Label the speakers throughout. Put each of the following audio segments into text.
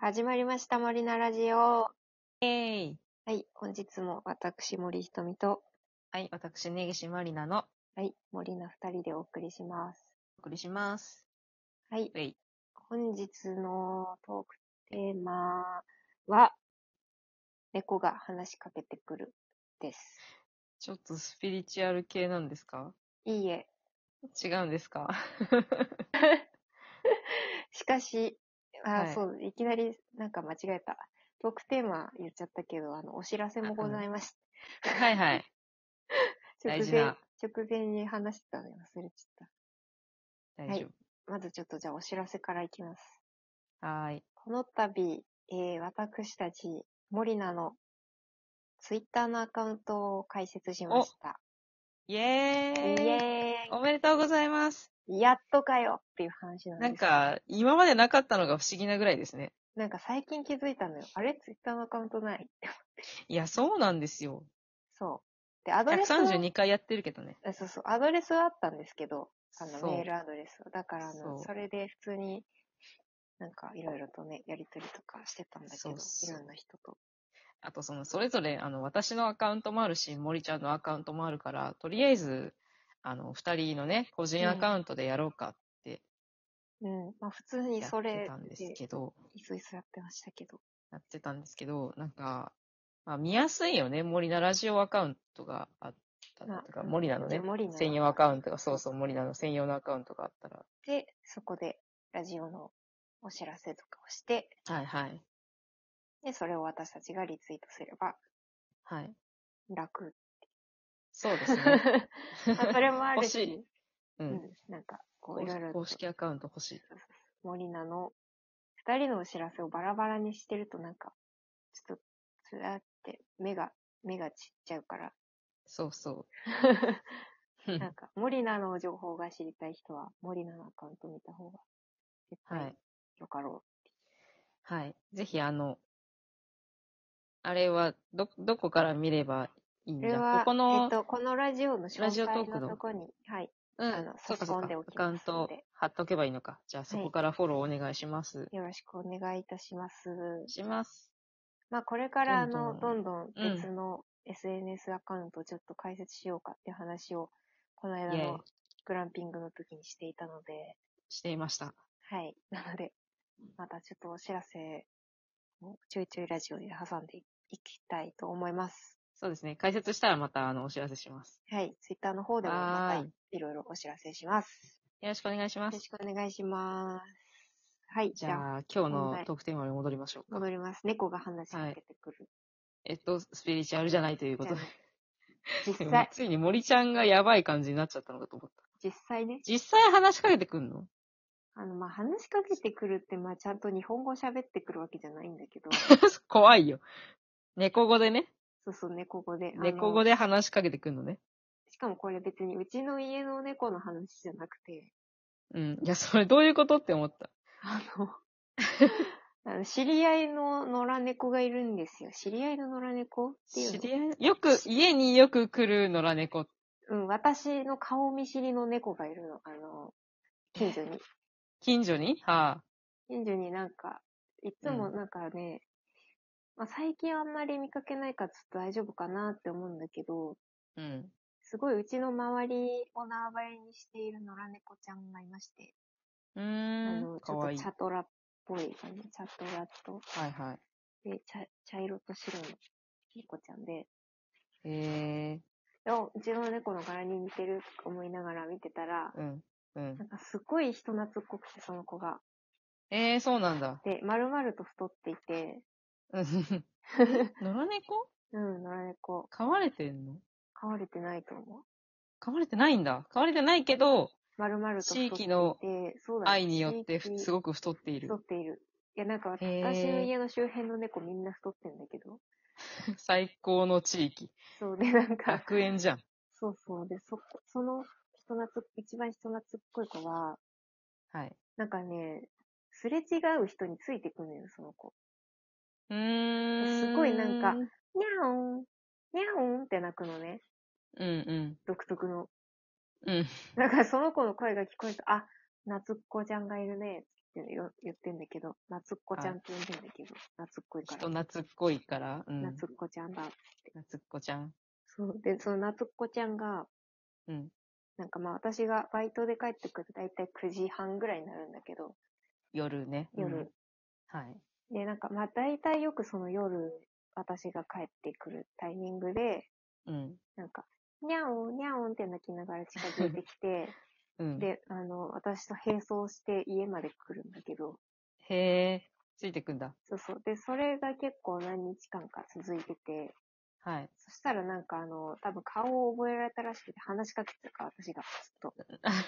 Speaker 1: 始まりました、森菜ラジオ。は
Speaker 2: イエーイ
Speaker 1: い、本日も私、森ひとみと、
Speaker 2: はい、私、根岸まりなの、
Speaker 1: はい、森の二人でお送りします。
Speaker 2: お送りします。
Speaker 1: はい、
Speaker 2: えい。
Speaker 1: 本日のトークテーマは、猫が話しかけてくる、です。
Speaker 2: ちょっとスピリチュアル系なんですか
Speaker 1: いいえ。
Speaker 2: 違うんですか
Speaker 1: しかし、あ、
Speaker 2: はい
Speaker 1: そう、いきなりなんか間違えた。トークテーマ言っちゃったけど、あの、お知らせもございまし
Speaker 2: はいはい。
Speaker 1: た。
Speaker 2: 大
Speaker 1: 直
Speaker 2: 事
Speaker 1: 前、
Speaker 2: な
Speaker 1: 直前に話してたのに忘れちゃっ
Speaker 2: 大
Speaker 1: はい
Speaker 2: 丈
Speaker 1: た。まずちょっとじゃあお知らせからいきます。
Speaker 2: 夫。はーい。
Speaker 1: この度、えー私たち、森菜のツイッターのアカウントを開設しました。
Speaker 2: イエ
Speaker 1: イ
Speaker 2: ーイ
Speaker 1: エ
Speaker 2: おめでとうございます。
Speaker 1: ーイやっとかよっていう話なんで
Speaker 2: な
Speaker 1: す
Speaker 2: ん
Speaker 1: けど
Speaker 2: か、今までなかったのが不思議なぐらいですね。
Speaker 1: なんか最近気づいたのよ。あれツイッターのアカウントない
Speaker 2: いや、そうなんですよ。
Speaker 1: そう。で、アドレスは
Speaker 2: 132回やってるけどね。
Speaker 1: あそうそう、アドレスはあったんですけど、あの、
Speaker 2: そう
Speaker 1: メールアドレスを。だから、あの、
Speaker 2: そ
Speaker 1: そうれで普通に、なんか、いろいろとね、やりとりとかしてたんだけど、
Speaker 2: そうそう
Speaker 1: いろんな人と。
Speaker 2: あと、その、それぞれ、あの、私のアカウントもあるし、森ちゃんのアカウントもあるから、とりあえず、あの、二人のね、個人アカウントでやろうかって
Speaker 1: うん。まあ、普通に
Speaker 2: やっ
Speaker 1: そ
Speaker 2: て
Speaker 1: れ
Speaker 2: たんです
Speaker 1: で、
Speaker 2: けど、
Speaker 1: いそいそやってましたけど。
Speaker 2: やってたんですけど、なんか、まあ、見やすいよね、森菜ラジオアカウントがあった
Speaker 1: まあ
Speaker 2: とか、
Speaker 1: うん
Speaker 2: 森菜のね、
Speaker 1: 森菜
Speaker 2: 専用アカウントが、そうそう、森菜の専用のアカウントがあったら、
Speaker 1: で、そこで、ラジオのお知らせとかをして、
Speaker 2: はいはい。
Speaker 1: で、それを私たちがリツイートすれば
Speaker 2: はい。
Speaker 1: 楽。
Speaker 2: そうで すね。
Speaker 1: まあそれもある
Speaker 2: 欲
Speaker 1: し、
Speaker 2: しい。
Speaker 1: う
Speaker 2: う。
Speaker 1: んん、なんか、こう、いろいろ
Speaker 2: 公
Speaker 1: と
Speaker 2: 公式アカウント欲しい。
Speaker 1: 森菜の、二人のお知らせをバラバラにしてるとなんか、ちょっと、つらって、目が、目が散っちゃう から、
Speaker 2: そうそう。
Speaker 1: なんか、森菜の情報が知りたい人は、森菜のアカウント見た方が、絶
Speaker 2: は
Speaker 1: 対
Speaker 2: い。
Speaker 1: よかろ
Speaker 2: はい。 ぜひ、あの、あれは、ど、どこから見ればいいん
Speaker 1: う。こ
Speaker 2: だ
Speaker 1: れは、
Speaker 2: ここの、
Speaker 1: えっと、このラジオの紹
Speaker 2: ラジオトー
Speaker 1: 介
Speaker 2: クの
Speaker 1: のとこに、はい、
Speaker 2: う
Speaker 1: あ
Speaker 2: ん
Speaker 1: の、
Speaker 2: そう
Speaker 1: 差
Speaker 2: かそう
Speaker 1: し込ん
Speaker 2: か。
Speaker 1: でお
Speaker 2: ア
Speaker 1: きます
Speaker 2: カウント貼っとけばいいのか。じゃあ、そこからフォローお願いします。
Speaker 1: よろしくお願いいたします。
Speaker 2: します。
Speaker 1: まあ、これから、あ
Speaker 2: どん
Speaker 1: の、どんどん
Speaker 2: うん
Speaker 1: 別の SNS アカウントをちょっと解説しようかっていう話を、この間
Speaker 2: イェイ
Speaker 1: のグランピングの時にしていたので、
Speaker 2: していました。
Speaker 1: はい。なので、またちょっとお知らせをちょいちょいラジオで挟んでいきたいと思います。
Speaker 2: そうですね。解説したらまた、あの、お知らせします。
Speaker 1: はい。ツイッターの方でも
Speaker 2: は
Speaker 1: ま
Speaker 2: ーい。
Speaker 1: たいろいろお知らせします。
Speaker 2: よろしくお願いし
Speaker 1: よ
Speaker 2: ま
Speaker 1: ろ
Speaker 2: す。
Speaker 1: しくお願いします。はい。
Speaker 2: じ
Speaker 1: じゃあ、
Speaker 2: ゃあ、今日
Speaker 1: 本
Speaker 2: の
Speaker 1: 題
Speaker 2: トークテーマに戻りましょうか。
Speaker 1: 戻ります。猫が話しかけてくる。
Speaker 2: えっと、スピリチュアルじゃないということで。
Speaker 1: 実際、
Speaker 2: ついに森ちゃんがやばい感じになっちゃったのかと思った。
Speaker 1: 実際ね。
Speaker 2: 実際話しかけてくんの
Speaker 1: あの、まあ、話しかけてくるって、まあ、ちゃんと日本語喋ってくるわけじゃないんだけど、
Speaker 2: 怖いよ。猫語でね。
Speaker 1: そうそう、猫語で。あの
Speaker 2: 猫語で話しかけてくんのね。
Speaker 1: しかもこれ別にうちの家の猫の話じゃなくて、
Speaker 2: うん。いや、それどういうことって思った。
Speaker 1: あ の、あの知り合いの野良猫がいるんですよ。知り合いの野良猫っていう
Speaker 2: 知
Speaker 1: の。
Speaker 2: り合いよく、家によく来る野良猫。
Speaker 1: うん、私の顔見知りの猫がいるの。あの、近所に。
Speaker 2: 近所にはあ、
Speaker 1: 近所になんか、いつも
Speaker 2: うん
Speaker 1: なんかね、まあ、最近あんまり見かけないからちょっと大丈夫かなって思うんだけど、
Speaker 2: うん。
Speaker 1: すごいうちの周りを縄張りにしている野良猫ちゃんがいまして、
Speaker 2: う
Speaker 1: あ
Speaker 2: ーん。
Speaker 1: の、ち
Speaker 2: か
Speaker 1: ょっ
Speaker 2: わ
Speaker 1: と
Speaker 2: いい。
Speaker 1: チ
Speaker 2: は
Speaker 1: ャトラっぽい感じ、チャトラと、
Speaker 2: いはい。
Speaker 1: で、茶茶色と白の猫ちゃんで、
Speaker 2: へえ。
Speaker 1: おうちの猫の柄に似てるとか思いながら見てたら、
Speaker 2: うん。うん
Speaker 1: な。んかすごい人懐っこくて、その子が。
Speaker 2: ええー、そうなんだ。
Speaker 1: で、丸々と太っていて、
Speaker 2: うん 野良猫
Speaker 1: うん、野良猫、
Speaker 2: 飼われてんの
Speaker 1: 飼われてないと思う。
Speaker 2: 飼われてないんだ。飼われてないけど、
Speaker 1: 丸々と太っていて、
Speaker 2: 地域の
Speaker 1: そうだね
Speaker 2: 愛によって
Speaker 1: 地域
Speaker 2: すごく太っている
Speaker 1: 太。っている。いや、なんか私
Speaker 2: へー
Speaker 1: の家の周辺の猫みんな太ってんだけど。
Speaker 2: 最高の地域。
Speaker 1: そうで、なんか、
Speaker 2: 楽園じゃん。
Speaker 1: そうそう。で、そこ、その人懐っ、一番人懐っこい子は、
Speaker 2: はい。
Speaker 1: なんかね、すれ違う人についてくんのよ、その子。
Speaker 2: うーん。
Speaker 1: すごいなんか、にゃおん、にゃおんって鳴くのね。
Speaker 2: うんうん。
Speaker 1: 独特の。
Speaker 2: うん。
Speaker 1: だからその子の声が聞こえると、あ、夏っ子ちゃんがいるね。ってよ言ってんだけど、夏っ子ちゃんって呼んでんだけど、夏っこいか
Speaker 2: 人
Speaker 1: ら。
Speaker 2: 懐っこいから、うん、
Speaker 1: 夏っ子ちゃんだ。
Speaker 2: 夏っこちゃん。
Speaker 1: そう。で、その夏っ子ちゃんが、
Speaker 2: うん。
Speaker 1: なんかまあ私がバイトで帰ってくると大体9時半ぐらいになるんだけど、
Speaker 2: 夜ね。うん
Speaker 1: 夜。
Speaker 2: はい。
Speaker 1: で、なんかまあ大体よくその夜、私が帰ってくるタイミングで、
Speaker 2: うん。
Speaker 1: なんか、にゃおん、にゃおんって泣きながら近づいてきて、
Speaker 2: うん。
Speaker 1: で、あの、私と並走して家まで来るんだけど、
Speaker 2: へえ、ついてくんだ。
Speaker 1: そうそう。で、それが結構何日間か続いてて、
Speaker 2: はい。
Speaker 1: そしたらなんかあの、多分顔を覚えられたらしくて話しかけてたから、私がずっと。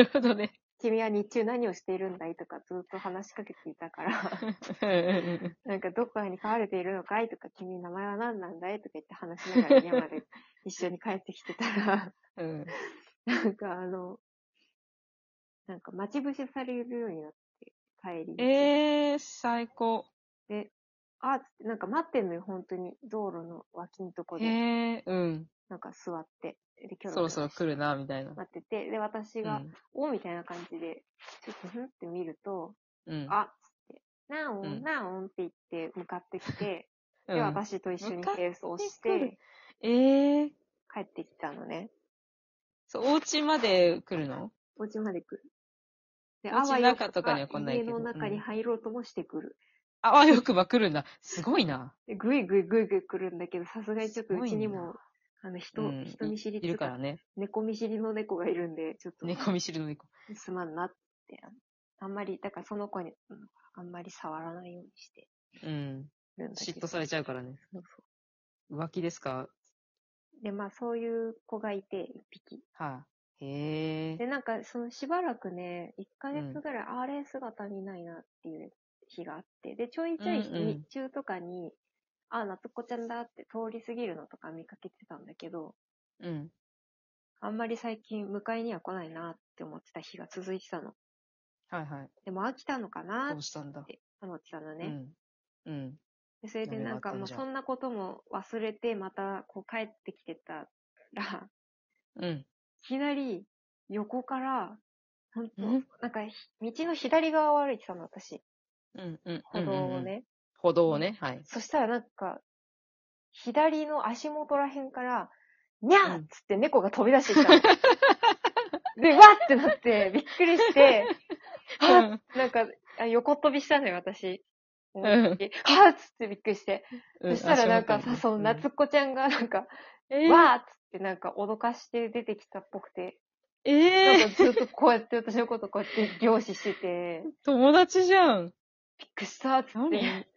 Speaker 2: なるほどね。
Speaker 1: 君は日中何をしているんだいとかずっと話しかけていた から、
Speaker 2: うんうん
Speaker 1: なんかどこかに飼われているのかいとか、君名前は何なんだいとか言って話しながら家まで一緒に帰ってきてたら、
Speaker 2: うんうん。
Speaker 1: なんかあの、なんか待ち伏せされるようになって、帰り道。
Speaker 2: えー、最高。
Speaker 1: で、あ、つってなんか待ってんのよ、本当に。道路の脇のとこで、
Speaker 2: へえ、うん。
Speaker 1: なんか座って。で、キョロキョ
Speaker 2: そろ
Speaker 1: ロ
Speaker 2: そろ来るな、みたいな。
Speaker 1: 待ってて、で、私が、おみたいな感じで、ちょっとふんって見ると、
Speaker 2: うん。うん、
Speaker 1: あっつって、なお
Speaker 2: うん
Speaker 1: ん、なおんって言って向かってきて、
Speaker 2: う
Speaker 1: で、
Speaker 2: ん
Speaker 1: 私と一緒に並走し
Speaker 2: 向かってく
Speaker 1: て、
Speaker 2: えー、
Speaker 1: 帰ってきたのね。
Speaker 2: そう、お家まで来るの
Speaker 1: お家まで来る。で、
Speaker 2: お家の
Speaker 1: あわよ
Speaker 2: 中とかには来ないけ
Speaker 1: 家
Speaker 2: ど
Speaker 1: の中に入ろうともしてくる。
Speaker 2: あわよくば来るんだ。すごいな。
Speaker 1: で、ぐいぐいぐいぐい来るんだけど、さすがにちょっと
Speaker 2: すご
Speaker 1: う
Speaker 2: い
Speaker 1: ち
Speaker 2: な
Speaker 1: にも、あの、人、
Speaker 2: うん
Speaker 1: 人見知りって
Speaker 2: い
Speaker 1: い
Speaker 2: る
Speaker 1: う
Speaker 2: からね。
Speaker 1: 猫見知りの猫がいるんで、ちょっと、
Speaker 2: 猫見知りの猫。
Speaker 1: すまんなって。あんまり、だからその子に、うんあんまり触らないようにして
Speaker 2: うん。
Speaker 1: るんだけ
Speaker 2: 嫉
Speaker 1: ど。
Speaker 2: 妬されちゃうからね。
Speaker 1: そうそ
Speaker 2: 浮気ですか
Speaker 1: うで、まあそういう子がいて、一匹。
Speaker 2: はい、へ
Speaker 1: で、
Speaker 2: え。
Speaker 1: なんか、そのしばらくね、1ヶ
Speaker 2: うん
Speaker 1: 月ぐらい、あれ姿見ないなっていう日があって、で、ちょいちょい
Speaker 2: うんうん
Speaker 1: 日中とかに、あ、夏子ちゃんだって通り過ぎるのとか見かけてたんだけど、
Speaker 2: うん。
Speaker 1: あんまり最近迎えには来ないなって思ってた日が続いてたの。
Speaker 2: はいはい。
Speaker 1: でも飽きたのかな
Speaker 2: ど
Speaker 1: っ
Speaker 2: うしたんだ。
Speaker 1: て思ってたのね。
Speaker 2: うん。うん。
Speaker 1: でそれで
Speaker 2: 何があ
Speaker 1: なんか
Speaker 2: ったん
Speaker 1: もう
Speaker 2: じゃ
Speaker 1: そんなことも忘れてまたこう帰ってきてたら、
Speaker 2: うん。
Speaker 1: いきなり横から、本当
Speaker 2: ん
Speaker 1: なんかひ道の左側を歩いてたの私、
Speaker 2: うん。うん。
Speaker 1: 歩道
Speaker 2: うん
Speaker 1: をね。
Speaker 2: うんうん。歩道をね。はい。
Speaker 1: そしたらなんか、左の足元らへんから、にゃーっつって猫が飛び出してきた の。で、わーってなって、びっくりして、あなんか、あ横飛びしたのよ、私。
Speaker 2: う
Speaker 1: は
Speaker 2: ん。
Speaker 1: ーっつってびっくりして。
Speaker 2: うん
Speaker 1: そしたらなんか
Speaker 2: 足元
Speaker 1: さ、
Speaker 2: に
Speaker 1: その夏っ子ちゃんがなんか、
Speaker 2: うん
Speaker 1: わーっつってなんか脅かして出てきたっぽくて、
Speaker 2: え
Speaker 1: なん
Speaker 2: ー
Speaker 1: か
Speaker 2: え
Speaker 1: ずっとこうやって私のことこうやって凝視して て、
Speaker 2: ー友達じゃん。
Speaker 1: びっくりしたっつっ
Speaker 2: 何
Speaker 1: て、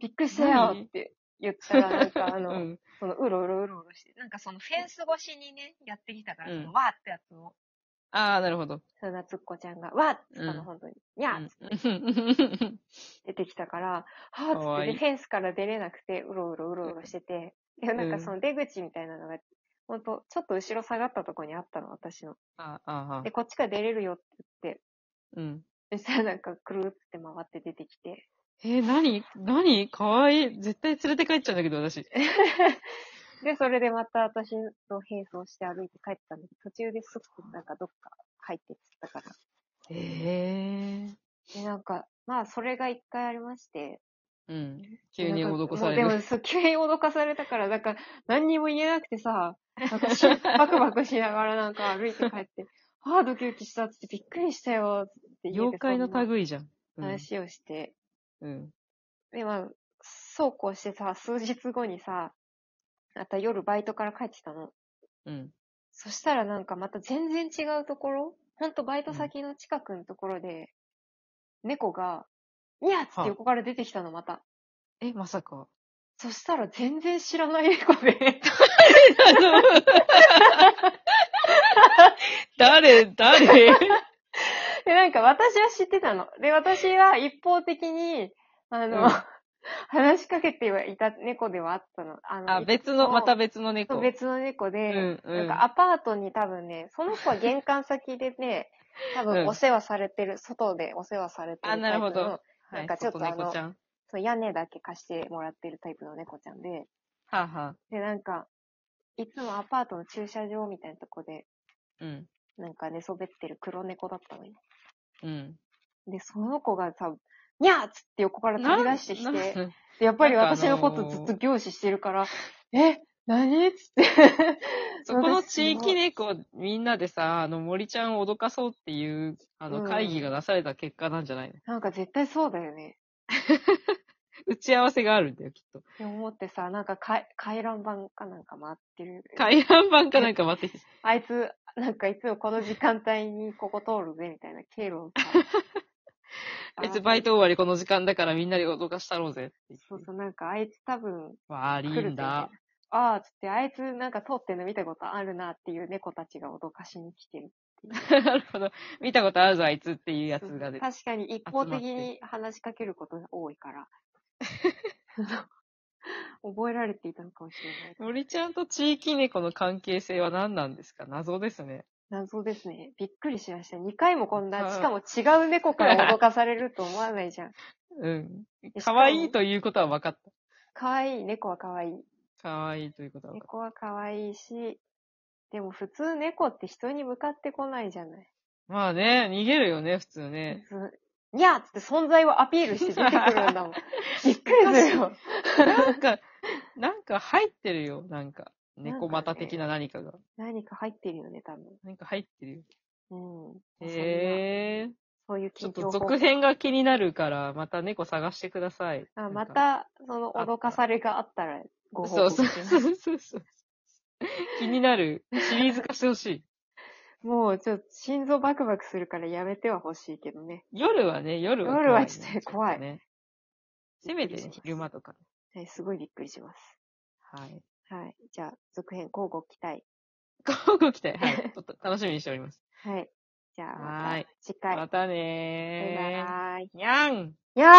Speaker 1: びっくりしたよ
Speaker 2: 何
Speaker 1: って言ったらなんかあ
Speaker 2: う
Speaker 1: の、
Speaker 2: ん。
Speaker 1: そのうろうろうろうろして、なんかそのフェンス越しにね、やってきたから、
Speaker 2: うん
Speaker 1: そのわーってやつを、
Speaker 2: ああ、なるほど。
Speaker 1: その夏っ子ちゃんが、わーっつった
Speaker 2: うん
Speaker 1: の本当に、にゃーっつって
Speaker 2: うん。
Speaker 1: 出てきたから、はーっ
Speaker 2: かわ
Speaker 1: つって
Speaker 2: いい
Speaker 1: でフェンスから出れなくて、うろうろうろうろしてて、いやなんかその出口みたいなのが、ほんと、ちょっと後ろ下がったとこにあったの、私の。
Speaker 2: ああ、ああ
Speaker 1: で、。こっちから出れるよって言って、
Speaker 2: うん。
Speaker 1: そしたらなんかくるーって回って出てき て、
Speaker 2: えー、何何かわいい。絶対連れて帰っちゃうんだけど、私。
Speaker 1: で、それでまた私と並走して歩いて帰ってたんだけど、途中ですっとなんかどっか入ってっちゃったから。
Speaker 2: ええー。
Speaker 1: で、なんか、まあ、それが一回ありまして。
Speaker 2: うん。急に脅され
Speaker 1: なんかもうでも、
Speaker 2: る。
Speaker 1: そう、急に脅かされたから、なんか、何にも言えなくてさ、なんかし、バクバクしながらなんか歩いて帰って、 ああ、ドキドキしたっつってびっくりしたよ、つって家で
Speaker 2: 妖怪の
Speaker 1: そんな
Speaker 2: 類じゃん。うん。
Speaker 1: 話をして。
Speaker 2: うん。
Speaker 1: で、まあ、そうこうしてさ、数日後にさ、また夜バイトから帰ってきたの。
Speaker 2: うん。
Speaker 1: そしたらなんかまた全然違うところ、ほんとバイト先の近くのところで、猫が、にゃっつって横から出てきたの、また。
Speaker 2: え、まさか。
Speaker 1: そしたら全然知らない猫で、
Speaker 2: 誰誰
Speaker 1: で、なんか私は知ってたの。で、私は一方的に、あの、
Speaker 2: うん
Speaker 1: 話しかけてはいた猫ではあったの。あの
Speaker 2: あ、別の、また別の
Speaker 1: そ
Speaker 2: 猫。
Speaker 1: う別の猫で、
Speaker 2: うんうん
Speaker 1: なんかアパートに多分ね、その子は玄関先でね、多
Speaker 2: う
Speaker 1: 分
Speaker 2: ん
Speaker 1: お世話されてる、外でお世話されてるタ
Speaker 2: あ
Speaker 1: イプの。
Speaker 2: なるほどは
Speaker 1: なん
Speaker 2: い、
Speaker 1: かちょっと
Speaker 2: 外猫
Speaker 1: あの
Speaker 2: ちゃん。は
Speaker 1: そう、屋根だけ貸してもらってるタイプの猫ちゃんで、
Speaker 2: あ、は
Speaker 1: で、なんか、いつもアパートの駐車場みたいなとこで、
Speaker 2: あ、うん。
Speaker 1: なんか寝そべってる黒猫だったのよ。
Speaker 2: うん。
Speaker 1: で、その子がさ、にゃーっつって横から飛び出してき
Speaker 2: な
Speaker 1: て、
Speaker 2: な
Speaker 1: でやっぱり
Speaker 2: なんか
Speaker 1: 私のこと
Speaker 2: あのー
Speaker 1: ずっと凝視してるから、え、何っつって。
Speaker 2: そこの地域でこう、みんなでさ、あの、森ちゃんを脅かそうっていう、あ
Speaker 1: う
Speaker 2: の、
Speaker 1: ん
Speaker 2: 会議がなされた結果なんじゃないの、
Speaker 1: なんか絶対そうだよね。
Speaker 2: 打ち合わせがあるんだよ、きっと。
Speaker 1: って思ってさ、なんかかい回覧板かなんか回ってる。
Speaker 2: 回覧板かなんか待ってきて。。
Speaker 1: あいつ、なんかいつもこの時間帯にここ通るぜ、みたいな経路をさ
Speaker 2: あいつバイト終わりこの時間だからみんなで脅かしたろうぜって言って。
Speaker 1: そうそう、なんかあいつ多分
Speaker 2: 悪
Speaker 1: 来
Speaker 2: い
Speaker 1: る
Speaker 2: ん
Speaker 1: ぜ。あ
Speaker 2: だ。
Speaker 1: あー、つって、あいつなんか通ってんの見たことあるなっていう猫たちが脅かしに来てる。
Speaker 2: なるほど。見たことあるぞ、あいつっていうやつが出て。
Speaker 1: 確かに一方的に話しかけることが多いから。 覚えられていたのかもしれない。
Speaker 2: 森ちゃんと地域猫の関係性は何なんですか謎ですね。
Speaker 1: 謎ですね。びっくりしました。2回もこんな、しかも違う猫から脅かされると思わないじ ゃん。
Speaker 2: うん。
Speaker 1: しか
Speaker 2: 可
Speaker 1: も
Speaker 2: 愛いということは分かっ
Speaker 1: かわいい、猫はかわいい。
Speaker 2: た。可愛いということは分かっ
Speaker 1: 猫はかわいいし、でも普通猫って人に向かってこないじゃない。
Speaker 2: た。まあね、逃げるよね、普通ね。
Speaker 1: 普通にゃーっつって存在をアピールして出てくるん だもん。 びっくりするよ。
Speaker 2: なんか、なんか入ってるよ、なんか。
Speaker 1: なんかね
Speaker 2: 猫股的な何かが。
Speaker 1: 何か入ってるよね、多
Speaker 2: なんか入ってるよ。
Speaker 1: 分。うん。
Speaker 2: へえ。
Speaker 1: そんなそういう
Speaker 2: ちょっ
Speaker 1: 緊張
Speaker 2: と
Speaker 1: 報
Speaker 2: 続
Speaker 1: 告。
Speaker 2: 編が気になるから、また猫探してください。
Speaker 1: あ
Speaker 2: な
Speaker 1: ま
Speaker 2: んか
Speaker 1: た、その脅かされがあったらご報
Speaker 2: そ
Speaker 1: 告
Speaker 2: うそう
Speaker 1: します。
Speaker 2: そうそうそう。気になる。シリーズ化してほしい。
Speaker 1: もうちょっと心臓バクバクするからやめてはほしいけどね。
Speaker 2: 夜はね、夜は怖いね、
Speaker 1: 夜はちょっと怖い
Speaker 2: ね。せめて
Speaker 1: びっくりし
Speaker 2: ね
Speaker 1: ます
Speaker 2: 昼間とかね。
Speaker 1: はい、すごいびっくりします。
Speaker 2: はい。
Speaker 1: はい。じゃあ、続編、交互期待。
Speaker 2: 交互期待。 はい。ちょっと楽しみにしております。
Speaker 1: はい。じゃあ、ま
Speaker 2: は
Speaker 1: た
Speaker 2: い
Speaker 1: 次回。
Speaker 2: また
Speaker 1: バイ
Speaker 2: ね
Speaker 1: バーイ。
Speaker 2: ー。にゃん
Speaker 1: いやー